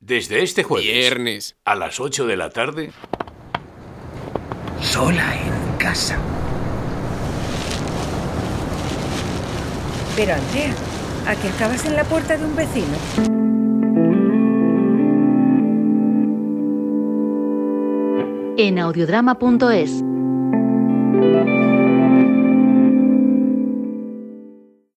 Desde este jueves Viernes. a las 8 de la tarde, Sola en casa. Pero Andrea, aquí acabas en la puerta de un vecino. en audiodrama.es.